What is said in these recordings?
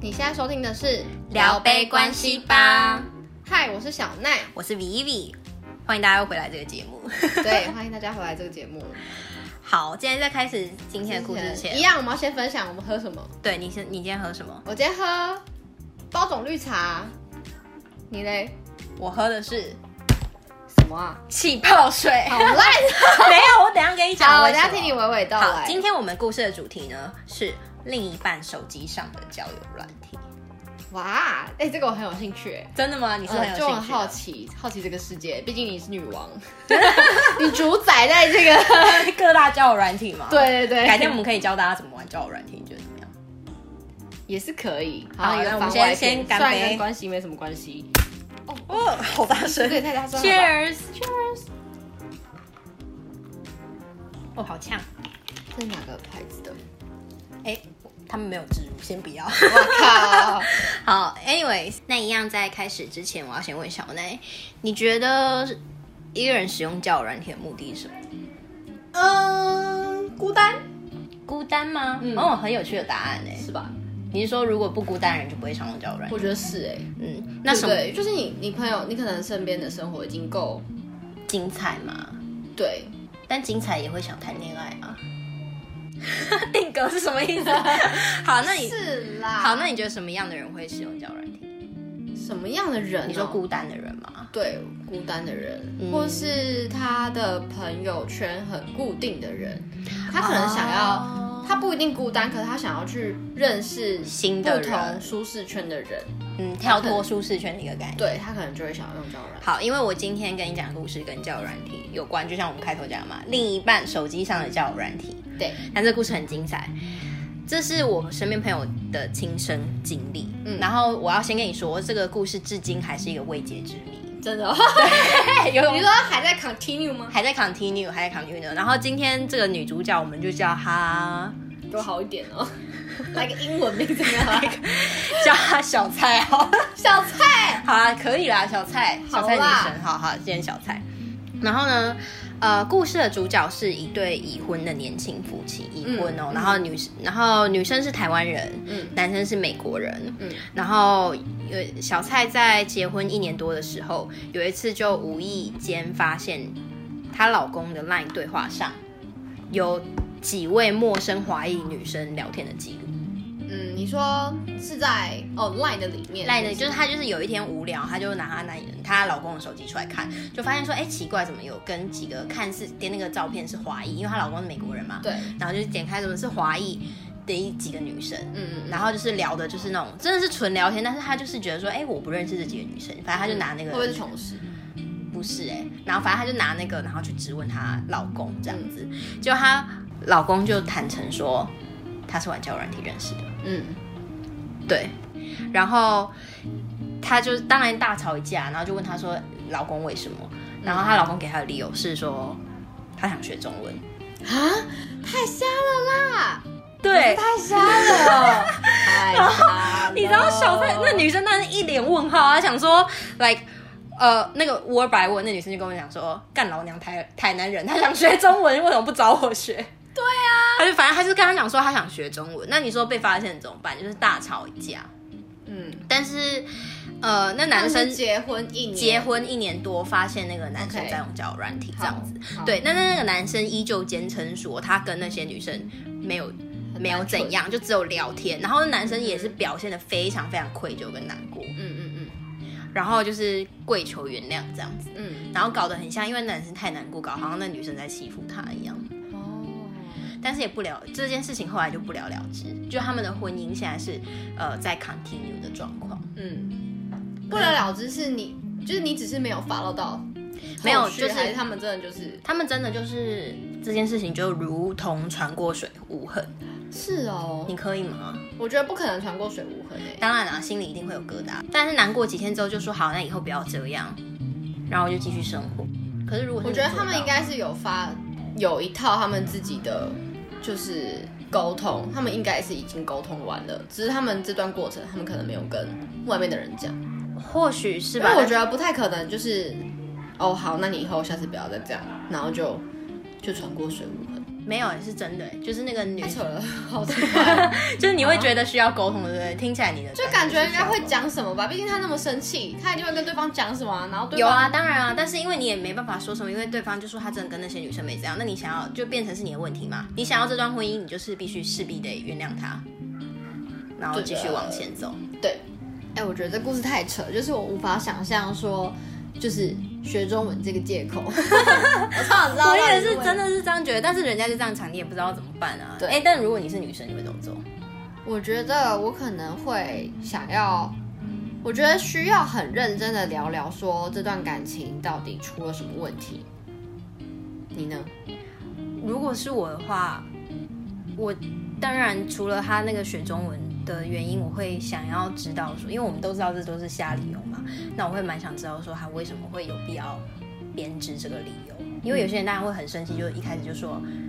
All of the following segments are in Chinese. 你现在收听的是《聊杯关系吧》。嗨，我是小 奈，我是 Vivi，欢迎大家又回来这个节目。 对，欢迎大家回来这个节目。好，今天在开始今天的故事啊之一前，样，我们要先分享我们喝什么。对你是你今天喝什么？我今天喝包种绿茶，你嘞？我喝的是什么 啊？气泡水。好烂啊！没有，我等一下跟你 讲。好，我为等什下么听你娓娓道好，来。今天我们故事的主题呢是另一半手机上的交友软体。哇，哎、这个我很有兴趣、哎真的吗？你是呃很有就兴趣、很好。 奇，好奇这个世界，毕竟你是女王，你主宰在这 个，各大交友软体吗？。对对对，改天我们可以教大家怎么玩交友软体，你觉得怎么样？也是可以。好一个那我番们外先先篇干虽然杯跟关系没什么关系。哦，好大声这个也太大声了吧！Cheers，Cheers。哦，好呛！这是哪个牌子的？哎、他们没有植入，先不要。 我靠！好，anyways，那一样在开始之前，我要先问小奈，你觉得一个人使用交友软体的目的是什么？嗯，孤单孤单吗？嗯哦，很有趣的答案哎、是吧？你是说如果不孤单的人就不会上用交友软我体？觉得是哎、嗯，那什么对，就是你你朋友，你可能身边的生活已经够精彩嘛？对，但精彩也会想谈恋爱啊。 定格是什么 意思？好，那你是啦。好，那你觉得什么样的人会使用交友软体？什么样的人、哦你说孤单的人吗？对孤单的人，嗯或是他的朋友圈很固定的人，他可能想要，哦他不一定孤单，可是他想要去认识新不的同人，舒适圈的人，嗯，跳脱舒适圈的一个概念。对他可能就会想要用交友软件。好，因为我今天跟你讲的故事跟交友软体有关，就像我们开头讲的嘛，另一半手机上的交友软体。对，但这故事很精彩，这是我身边朋友的亲身经历。嗯，然后我要先跟你说，这个故事至今还是一个未解之谜，真的、哦， 有你说还在 continue 吗？还在 continue，还在 continue。然后今天这个女主角，我们就叫她 多好一点 哦，来个英文名怎么样啊？叫她小蔡好了。小菜，好啦，可以啦，小蔡，好啊小啦蔡女神，好好，今天小蔡。然后呢，呃，故事的主角是一对已婚的年轻夫妻，已婚哦。嗯然后女，然后女生是台湾人，嗯男生是美国人。嗯然后，呃，小蔡在结婚一年多的时候，有一次就无意间发现她老公的 LINE 对话上有几位陌生华裔女生聊天的记录。嗯，你说是在哦 Line 的里面赖的，就是她就是有一天无聊，她就拿她男人她老公的手机出来看，就发现说，哎、奇怪，怎么有跟几个看似点那个照片是华裔，因为她老公是美国人嘛，，对，然后就点开怎么是华裔的一几个女生。嗯，然后就是聊的，就是那种真的是纯聊天，但是她就是觉得说，哎、我不认识这几个女生，反正她就拿那会个不会是同事？不是哎、然后反正她就拿那个，然后去质问她老公这样子，结果她老公就坦诚说，她是玩交友软体认识的。嗯，对，然后她就当然大吵一架，然后就问她说老公为什么？然后她老公给她的理由是说她想学中文。啊，太瞎了啦！对，太瞎 了，太瞎了！你知道小蔡那女生当时一脸问号啊，她想说 like。呃，那个 word by word，那女生就跟我讲说，干老娘台台南人，她想学中文，为什么不找我学？对啊，她就反正她就跟她讲说，她想学中文。那你说被发现怎么办？就是大吵一架。嗯，但是，呃，那男他生们是结婚一年，结婚一年多，发现那个男生嗯 OK 在用交友软体这样子。好，对，那那那个男生依旧坚称说，他跟那些女生没有好没有怎，样，就只有聊天。然后男生也是表现的非常非常愧疚跟难过，很单纯嗯然后就是跪求原谅这样子，嗯嗯然后搞得很像，因为男生太难过，搞好像那女生在欺负他一样。嗯，哦，但是也不了这件事情，后来就不了了之。就他们的婚姻现在是呃在 continue 的状况。嗯，不了了之是你，就是你只是没有发落到后续，没有就是还他们真的就是他们真的就是这件事情，就如同船过水无痕。是哦，你可以吗？我觉得不可能传过水无痕欸诶，当然啦、心里一定会有疙瘩，但是难过几天之后就说好，那以后不要这样，然后就继续生活。可是如果是我你觉得做他们到应该是有发有一套他们自己的就是沟通，他们应该是已经沟通完了，只是他们这段过程他们可能没有跟外面的人讲，或许是因吧为，我觉得不太可能就是哦好，那你以后下次不要再这样，然后就就传过水无痕，没有，是真的，欸就是那个女太，扯了， 好奇怪， 就是你会觉得需要沟通，对不对？听起来你的就感觉应该会讲什么吧？毕竟他那么生气，他一定会跟对方讲什么啊、然后对有方啊，当然啊，但是因为你也没办法说什么，因为对方就说他真的跟那些女生没这样，那你想要就变成是你的问题嘛？你想要这段婚姻，你就是必须势必得原谅他，然后继续往前走。对，哎、我觉得这故事太扯，就是我无法想象说，就是学中文这个借口。 我超想知道，我也是真。的是这样觉得，但是人家就这样讲，你也不知道怎么办啊。对哎、但如果你是女生，你会怎么做？我觉得我可能会想要，我觉得需要很认真的聊聊，说这段感情到底出了什么问题。你呢？如果是我的话，我当然除了他那个学中文的原因，我会想要知道说，因为我们都知道这都是瞎理由嘛，那我会蛮想知道说他为什么会有必要编织这个理由，因为有些人当然会很生气，就一开始就说。嗯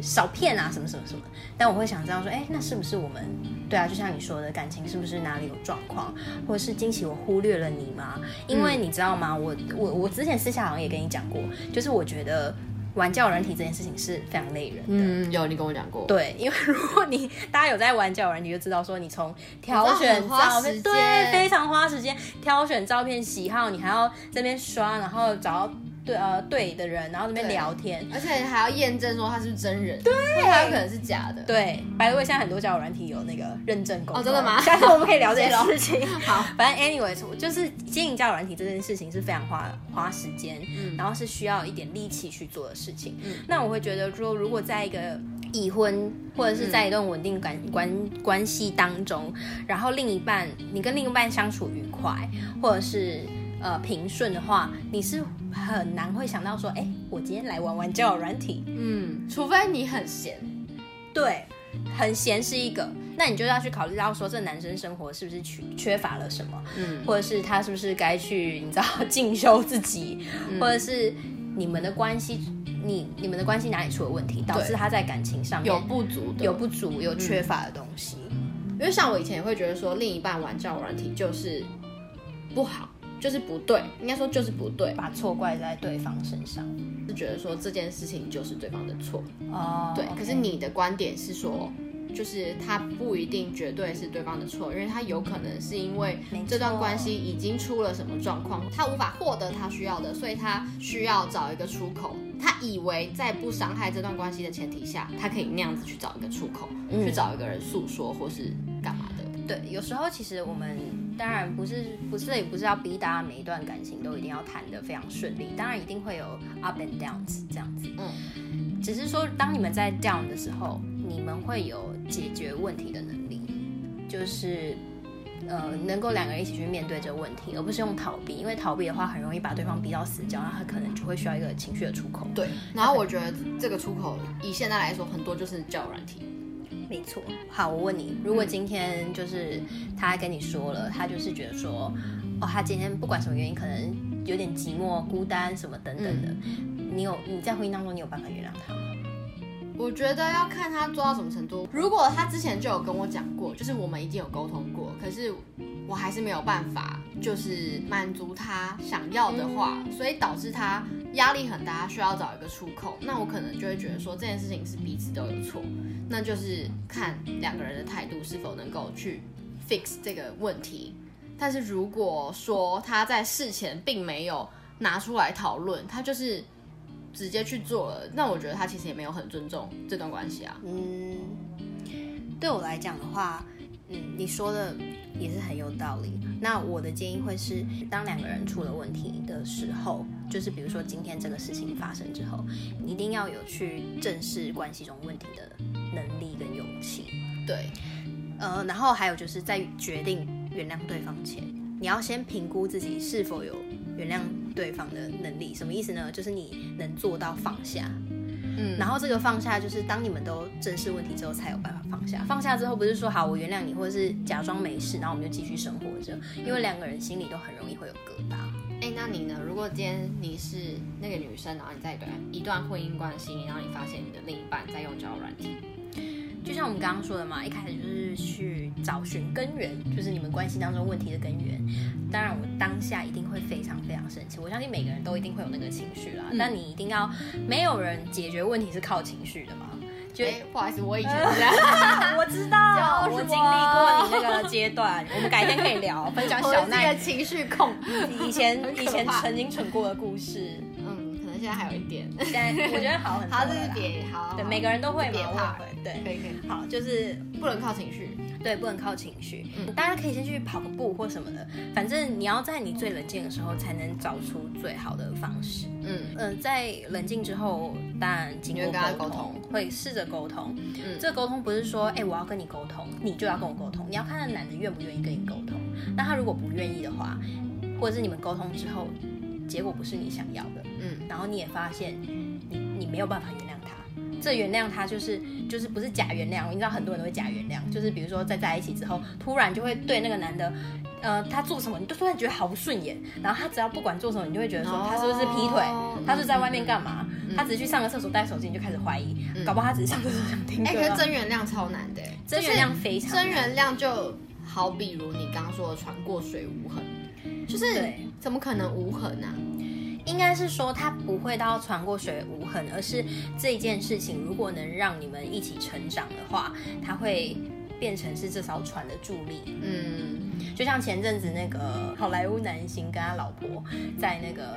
少骗啊，什么什么什么，但我会想知道说，哎、那是不是我们对啊？就像你说的，感情是不是哪里有状况，或者是惊喜我忽略了你吗？因为你知道吗，我我我之前私下好像也跟你讲过，就是我觉得玩教人体这件事情是非常累人的，嗯，有你跟我讲过。对，因为如果你大家有在玩交友软体，就知道说你从挑选很花照时片，间对，非常花时间，挑选照片喜好，你还要这边刷，然后找到对呃对的人，然后这边对聊天。而且还要验证说他是不是真人，对，他有可能是假的。对，白薇现在很多交友软体有那个认证功能，哦真的吗下次我们可以聊这 件事情。好，反正 anyways，我就是经营交友软体这件事情是非常花花时间，然后是需要一点力气去做的事情。那我会觉得说，如果在一个已婚或者是在一段稳定感关关系当中，然后另一半你跟另一半相处愉快，或者是呃平顺的话，你是很难会想到说，哎，我今天来玩玩交友软体，嗯，除非你很闲，对，很闲是一个，那你就要去考虑到说，这男生生活是不是缺缺乏了什么，嗯或者是他是不是该去你知道 进修自己，或者是你们的关系，你你们的关系哪里出了问题，导致他在感情上面有不足的，有嗯不足、有缺乏的东西。因为像我以前也会觉得说，另一半玩交友软体就是不好，就是不对，应该说就是不对，把错怪在对方身上是觉得说这件事情就是对方的错。哦对，可是你的观点是说，就是他不一定绝对是对方的错，因为他有可能是因为没错这段关系已经出了什么状况，他无法获得他需要的，所以他需要找一个出口。他以为在不伤害这段关系的前提下，他可以那样子去找一个出口，嗯去找一个人诉说或是干嘛的。对，有时候其实我们当然不是不是也不是要逼大家每一段感情都一定要谈得非常顺利，当然一定会有 up and downs 这样子。嗯，只是说当你们在 down 的时候，你们会有解决问题的能力，就是。呃，能够两个人一起去面对这个问题，而不是用逃避，因为逃避的话很容易把对方逼到死角，然后他可能就会需要一个情绪的出口。对，然后我觉得这个出口以现在来说，很多就是交友软体。没错。好，我问你，如果今天就是他跟你说了，他就是觉得说，哦，他今天不管什么原因，可能有点寂寞、孤单什么等等的，你有你在婚姻当中，你有办法原谅他吗？我觉得要看他做到什么程度。如果他之前就有跟我讲过，就是我们已经有沟通过，可是我还是没有办法，就是满足他想要的话，所以导致他压力很大，他需要找一个出口。那我可能就会觉得说这件事情是彼此都有错，那就是看两个人的态度是否能够去 fix 这个问题。但是如果说他在事前并没有拿出来讨论，他就是直接去做了，那我觉得他其实也没有很尊重这段关系啊。嗯，对我来讲的话，嗯，你说的也是很有道理。那我的建议会是，当两个人出了问题的时候，就是比如说今天这个事情发生之后，你一定要有去正视关系中问题的能力跟勇气。对，呃，然后还有就是在决定原谅对方前，你要先评估自己是否有原谅对方的能力。什么意思呢？就是你能做到放下。嗯然后这个放下就是当你们都正视问题之后才有办法放下。放下之后不是说好我原谅你，或者是假装没事，然后我们就继续生活着，因为两个人心里都很容易会有疙瘩。哎，那你呢？如果今天你是那个女生，然后你在一段一段婚姻关系，然后你发现你的另一半在用交友软体，就像我们刚刚说的嘛，一开始就是去找寻根源，就是你们关系当中问题的根源。当然，我当下一定会非常非常生气，我相信每个人都一定会有那个情绪啦。嗯但你一定要，没有人解决问题是靠情绪的嘛？就、哎，不好意思，我以前是这样，我知就是道，我我经历过你那个阶段，我们改天可以聊，分 享我小是一奈个情绪控，以 前很可怕以前曾经蠢过的故事。嗯，可 能现在还有一点。现在我觉得 好很 多好，了这啦是别好，对好每个人都会别嘛，怕我也会对。可以可以，好，就是不能靠情绪。对，不能靠情绪。嗯大家可以先去跑个步或什么的，反正你要在你最冷静的时候，才能找出最好的方式。嗯嗯、在冷静之后，当然经你过会跟他沟沟通会试着沟通。嗯，这个沟通不是说，哎、我要跟你沟通，你就要跟我沟通。你要看那男的愿不愿意跟你沟通。那他如果不愿意的话，或者是你们沟通之后，结果不是你想要的，嗯然后你也发现你你没有办法原谅他。这原谅他就是就是不是假原谅，你知道很多人都会假原谅，就是比如说在在一起之后，突然就会对那个男的，呃，他做什么你就突然觉得好不顺眼，然后他只要不管做什么，你就会觉得说哦他是不是劈腿，他是不是在外面干嘛，嗯他只是去上个厕所带手机，你就开始怀疑，嗯搞不好他只是上厕所想听歌、哎，啊。可是真原谅超难的，真原谅非常就是真难原谅就好比如你刚刚说的“船过水无痕”，就是对，怎么可能无痕啊？应该是说他不会到船过水无痕，而是这件事情如果能让你们一起成长的话，它会变成是这艘船的助力。嗯就像前阵子那个好莱坞男星跟他老婆在那个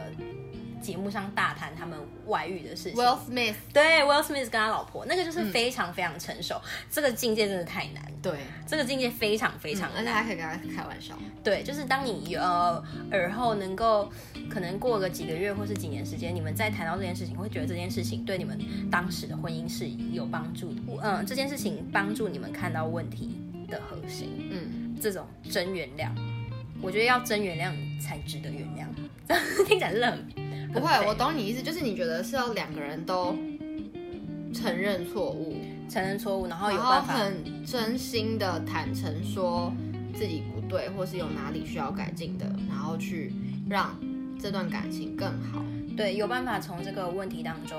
节目上大谈他们外遇的事情。 ，Will Smith，对，Will Smith 跟他老婆，那个就是非常非常成熟，这个境界真的太难，对，这个境界非常非常嗯而难且。还可以跟他开玩笑。对，就是当你呃耳后能够可能过个几个月或是几年时间，你们再谈到这件事情，会觉得这件事情对你们当时的婚姻是有帮助的。嗯、这件事情帮助你们看到问题的核心，嗯，这种真原谅，我觉得要真原谅才值得原谅。 这样听起来真的很不会很，废我懂你意思，就是你觉得是要两个人都承认错误，承认错误，然哦后有然办后法。哦很真心的坦诚说自己不对，或是有哪里需要改进的，然后去让这段感情更好，对，有办法从这个问题当中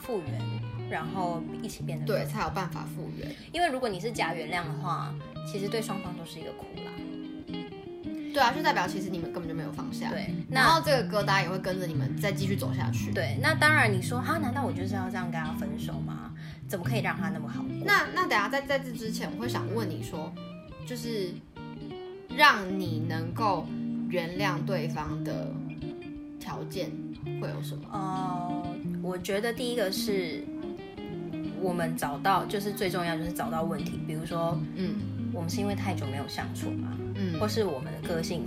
复原，然后一起变得对，。才有办法复原。因为如果你是假原谅的话，其实对双方都是一个苦啦。对啊，就代表其实你们根本就没有放下。，对，那然后这个疙瘩也会跟着你们再继续走下去。对，那当然你说哈，难道我就是要这样跟他分手吗？怎么可以让他那么好过？那那等下在在这之前，我会想问你说，就是让你能够原谅对方的条件会有什么？呃，我觉得第一个是我们找到，就是最重要就是找到问题，比如说嗯我们是因为太久没有相处嘛，嗯或是我们的个性，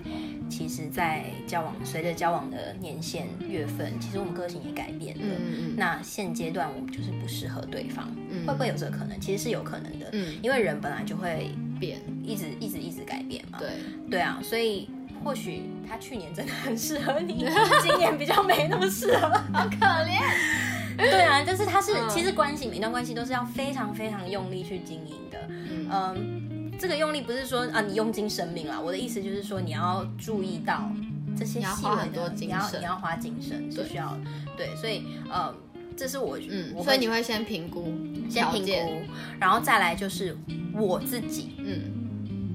其实在交往随着交往的年限月份，其实我们个性也改变了。嗯嗯那现阶段我们就是不适合对方，嗯，会不会有这个可能？其实是有可能的，嗯因为人本来就会变？一直一直一直改变嘛。对，对啊，所以或许他去年真的很适合你， 今年比较没那么适合。好可怜。 对啊，但是他是嗯其实关系，每段关系都是要非常非常用力去经营的。嗯嗯，这个用力不是说啊你用尽生命啦，我的意思就是说你要注意到这些你要细花微很多的，你精要神你要花精神是对需要对，所以呃，这是我嗯，我所以会你会先评估先条评件，估，然后再来就是我自己嗯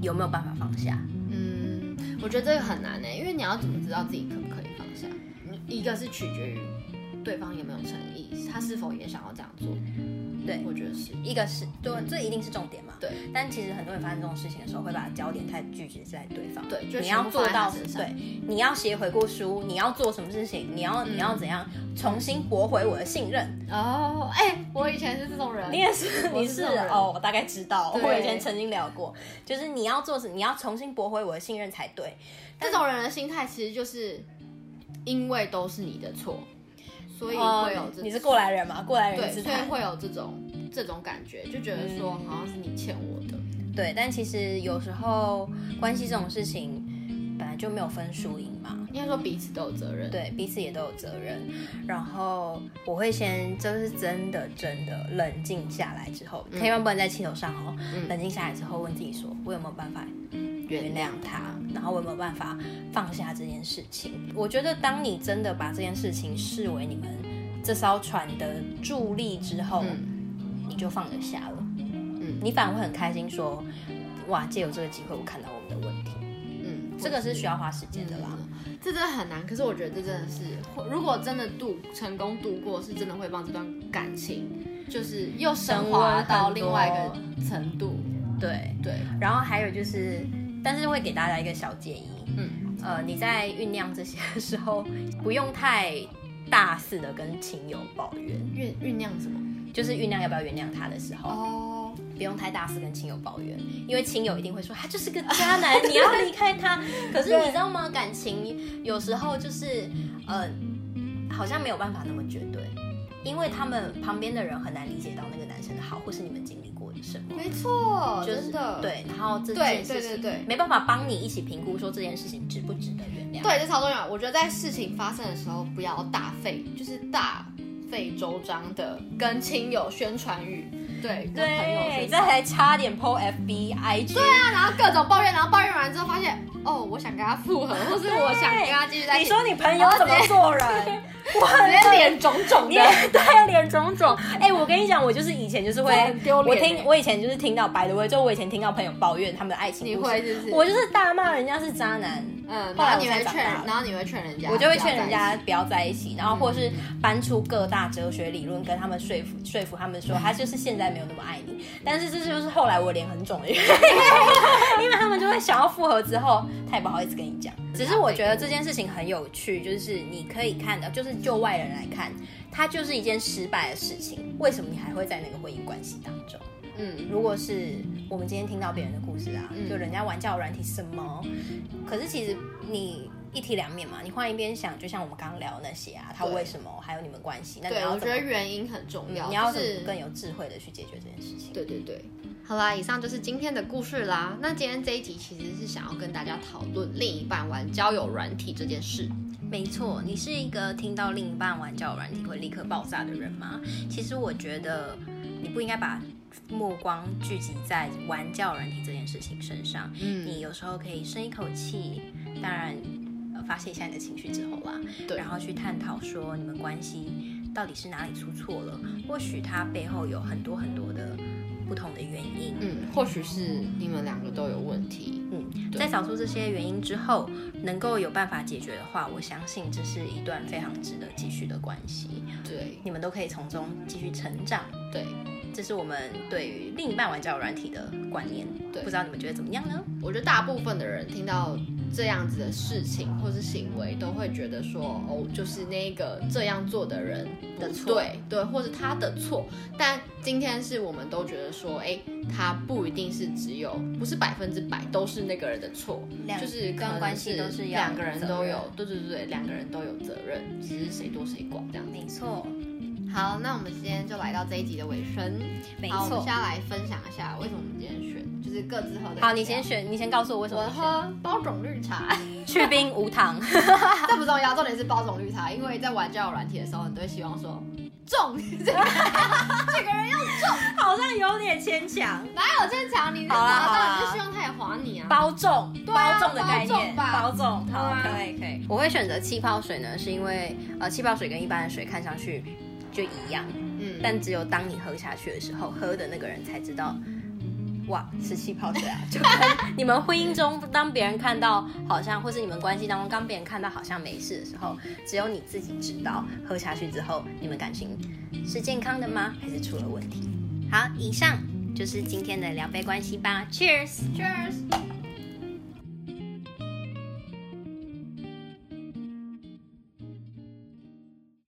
有没有办法放下。嗯，我觉得这个很难呢、因为你要怎么知道自己可不可以放下？一个是取决于对方有没有诚意，他是否也想要这样做。对我觉得是。一个是对，这一定是重点嘛。对。但其实很多人发生这种事情的时候，会把焦点太聚集在对方。对就你全要部做放在他到身上对，你要写悔过书，你要做什么事情，你要、嗯你要怎样重新驳回我的信任。哦，哎、我以前是这种人你也是，我你是是这种人哦，我大概知道，对我以前曾经聊过，就是你要做什，你要重新驳回我的信任才对。这种人的心态其实就是因为都是你的错，所以哦会有这、嗯你是过来人嘛？过来人对，姿所以态。会有这种这种感觉，就觉得说嗯好像是你欠我的。对，但其实有时候关系这种事情本来就没有分输赢嘛。应该说彼此都有责任。对彼此也都有责任。然后我会先就是真的真的冷静下来之后，千万不能在气头上哦。嗯冷静下来之后，问自己说，我有没有办法原原谅他？然后我有没有办法放下这件事情？我觉得当你真的把这件事情视为你们这艘船的助力之后，嗯你就放得下了。嗯你反而会很开心说。哇，借由这个机会，我看到我们的问题，嗯，这个是需要花时间的的啦啦。。这真的很难，可是我觉得这真的是，会如果真的度成功度过，是真的会帮这段感情，就是又升华到另外一个程度。对，对，然后还有就是，但是会给大家一个小建议，嗯，呃，你在酝酿这些的时候，不用太大肆的跟亲友抱怨，酝酝酿什么？就是酝酿要不要原谅他的时候，哦，不用太大肆跟亲友抱怨，因为亲友一定会说他就是个渣男，你要离开他。可是你知道吗？感情有时候就是呃，好像没有办法那么绝对，因为他们旁边的人很难理解到那个男生的好，或是你们经历过什么。没错，就是真的，对，然后这对件事情对对对没办法帮你一起评估说这件事情值不值得原谅。对，这超重要。我觉得在事情发生的时候，不要大费，就是大费周章的跟亲友宣传语，对，跟朋友宣对，这传。还差点 PO FB IG，对对啊，然后各种抱怨，然后抱怨完之后发现，哦，我想跟他复合，或是我想跟他继续在一你起，说你朋友怎么做人？ 我很直接脸肿肿你的也。对，啊脸肿肿。哎、我跟你讲，我就是以前就是会这很丢脸我欸听我以前就是听到白的味，就我以前听到朋友抱怨他们的爱情你故事，会是不是我就是大骂人家是渣男。嗯，后然来我后你才会长劝，大了然后你会劝人家，我就会不要劝在一起。嗯人家不要在一起，然后或是搬出各大哲学理论跟他们说服说服他们嗯说他就是现在没有那么爱你，但是这就是后来我脸很肿 的原因，因为他们就会想要复合之后，他也不好意思跟你讲。只是我觉得这件事情很有趣，就是你可以看到，就是就外人来看，它就是一件失败的事情，为什么你还会在那个婚姻关系当中？嗯，如果是我们今天听到别人的故事啊，就人家玩交友软体什么，可是其实你一体两面嘛，你换一边想，就像我们刚刚聊的那些啊，他对为什么，还有你们关系，那你对，我要觉怎么得，原因很重要，你要就怎是么更有智慧的去解决这件事情？对对对。好啦，以上就是今天的故事啦。那今天这一集其实是想要跟大家讨论另一半玩交友软体这件事。没错，你是一个听到另一半玩交友软体会立刻爆炸的人吗？其实我觉得你不应该把目光聚集在玩交友软体这件事情身上。嗯你有时候可以深一口气，当然、呃发泄一下你的情绪之后啦，对然后去探讨说你们关系到底是哪里出错了，或许它背后有很多很多的不同的原因。嗯，或许是你们两个都有问题。嗯，对在找出这些原因之后，能够有办法解决的话，我相信这是一段非常值得继续的关系，对你们都可以从中继续成长。对，这是我们对于另一半玩交友软体的观念，对不知道你们觉得怎么样呢？我觉得大部分的人听到这样子的事情或是行为，都会觉得说，哦，就是那个这样做的人的不错对对，或是他的错。但今天是我们都觉得说，哎，他不一定是只有，不是百分之百都是那个人的错，两就是可段能关系都是是要两个人责都任有，对对对对，两个人都有责任，只是谁多谁寡这样子。没错，好，那我们今天就来到这一集的尾声。没好，我们错接。下来分享一下为什么我们今天选，就是各自喝的饮料。啊好，你先选，你先告诉我为什么我你选。喝包种绿茶， 去冰无 糖，这不重要，重点是包种绿茶。因为在玩交友软体的时候，很多人希望说重这个这个人要好像有点牵强。 哪有正常？你认识好啦他好啦当然就希望他也划你啊。包粽，对啊包粽的概包粽念，吧包粽，好，对啊可以可以。我会选择气泡水呢，是因为呃，气泡水跟一般的水看上去就一样，嗯，但只有当你喝下去的时候，喝的那个人才知道，嗯哇，是气泡水 啊！就跟你们婚姻中，当别人看到好像，或是你们关系当中，当别人看到好像没事的时候，嗯只有你自己知道，喝下去之后，你们感情是健康的吗？还是出了问题？好，以上就是今天的聊杯关系吧，Cheers。 Cheers。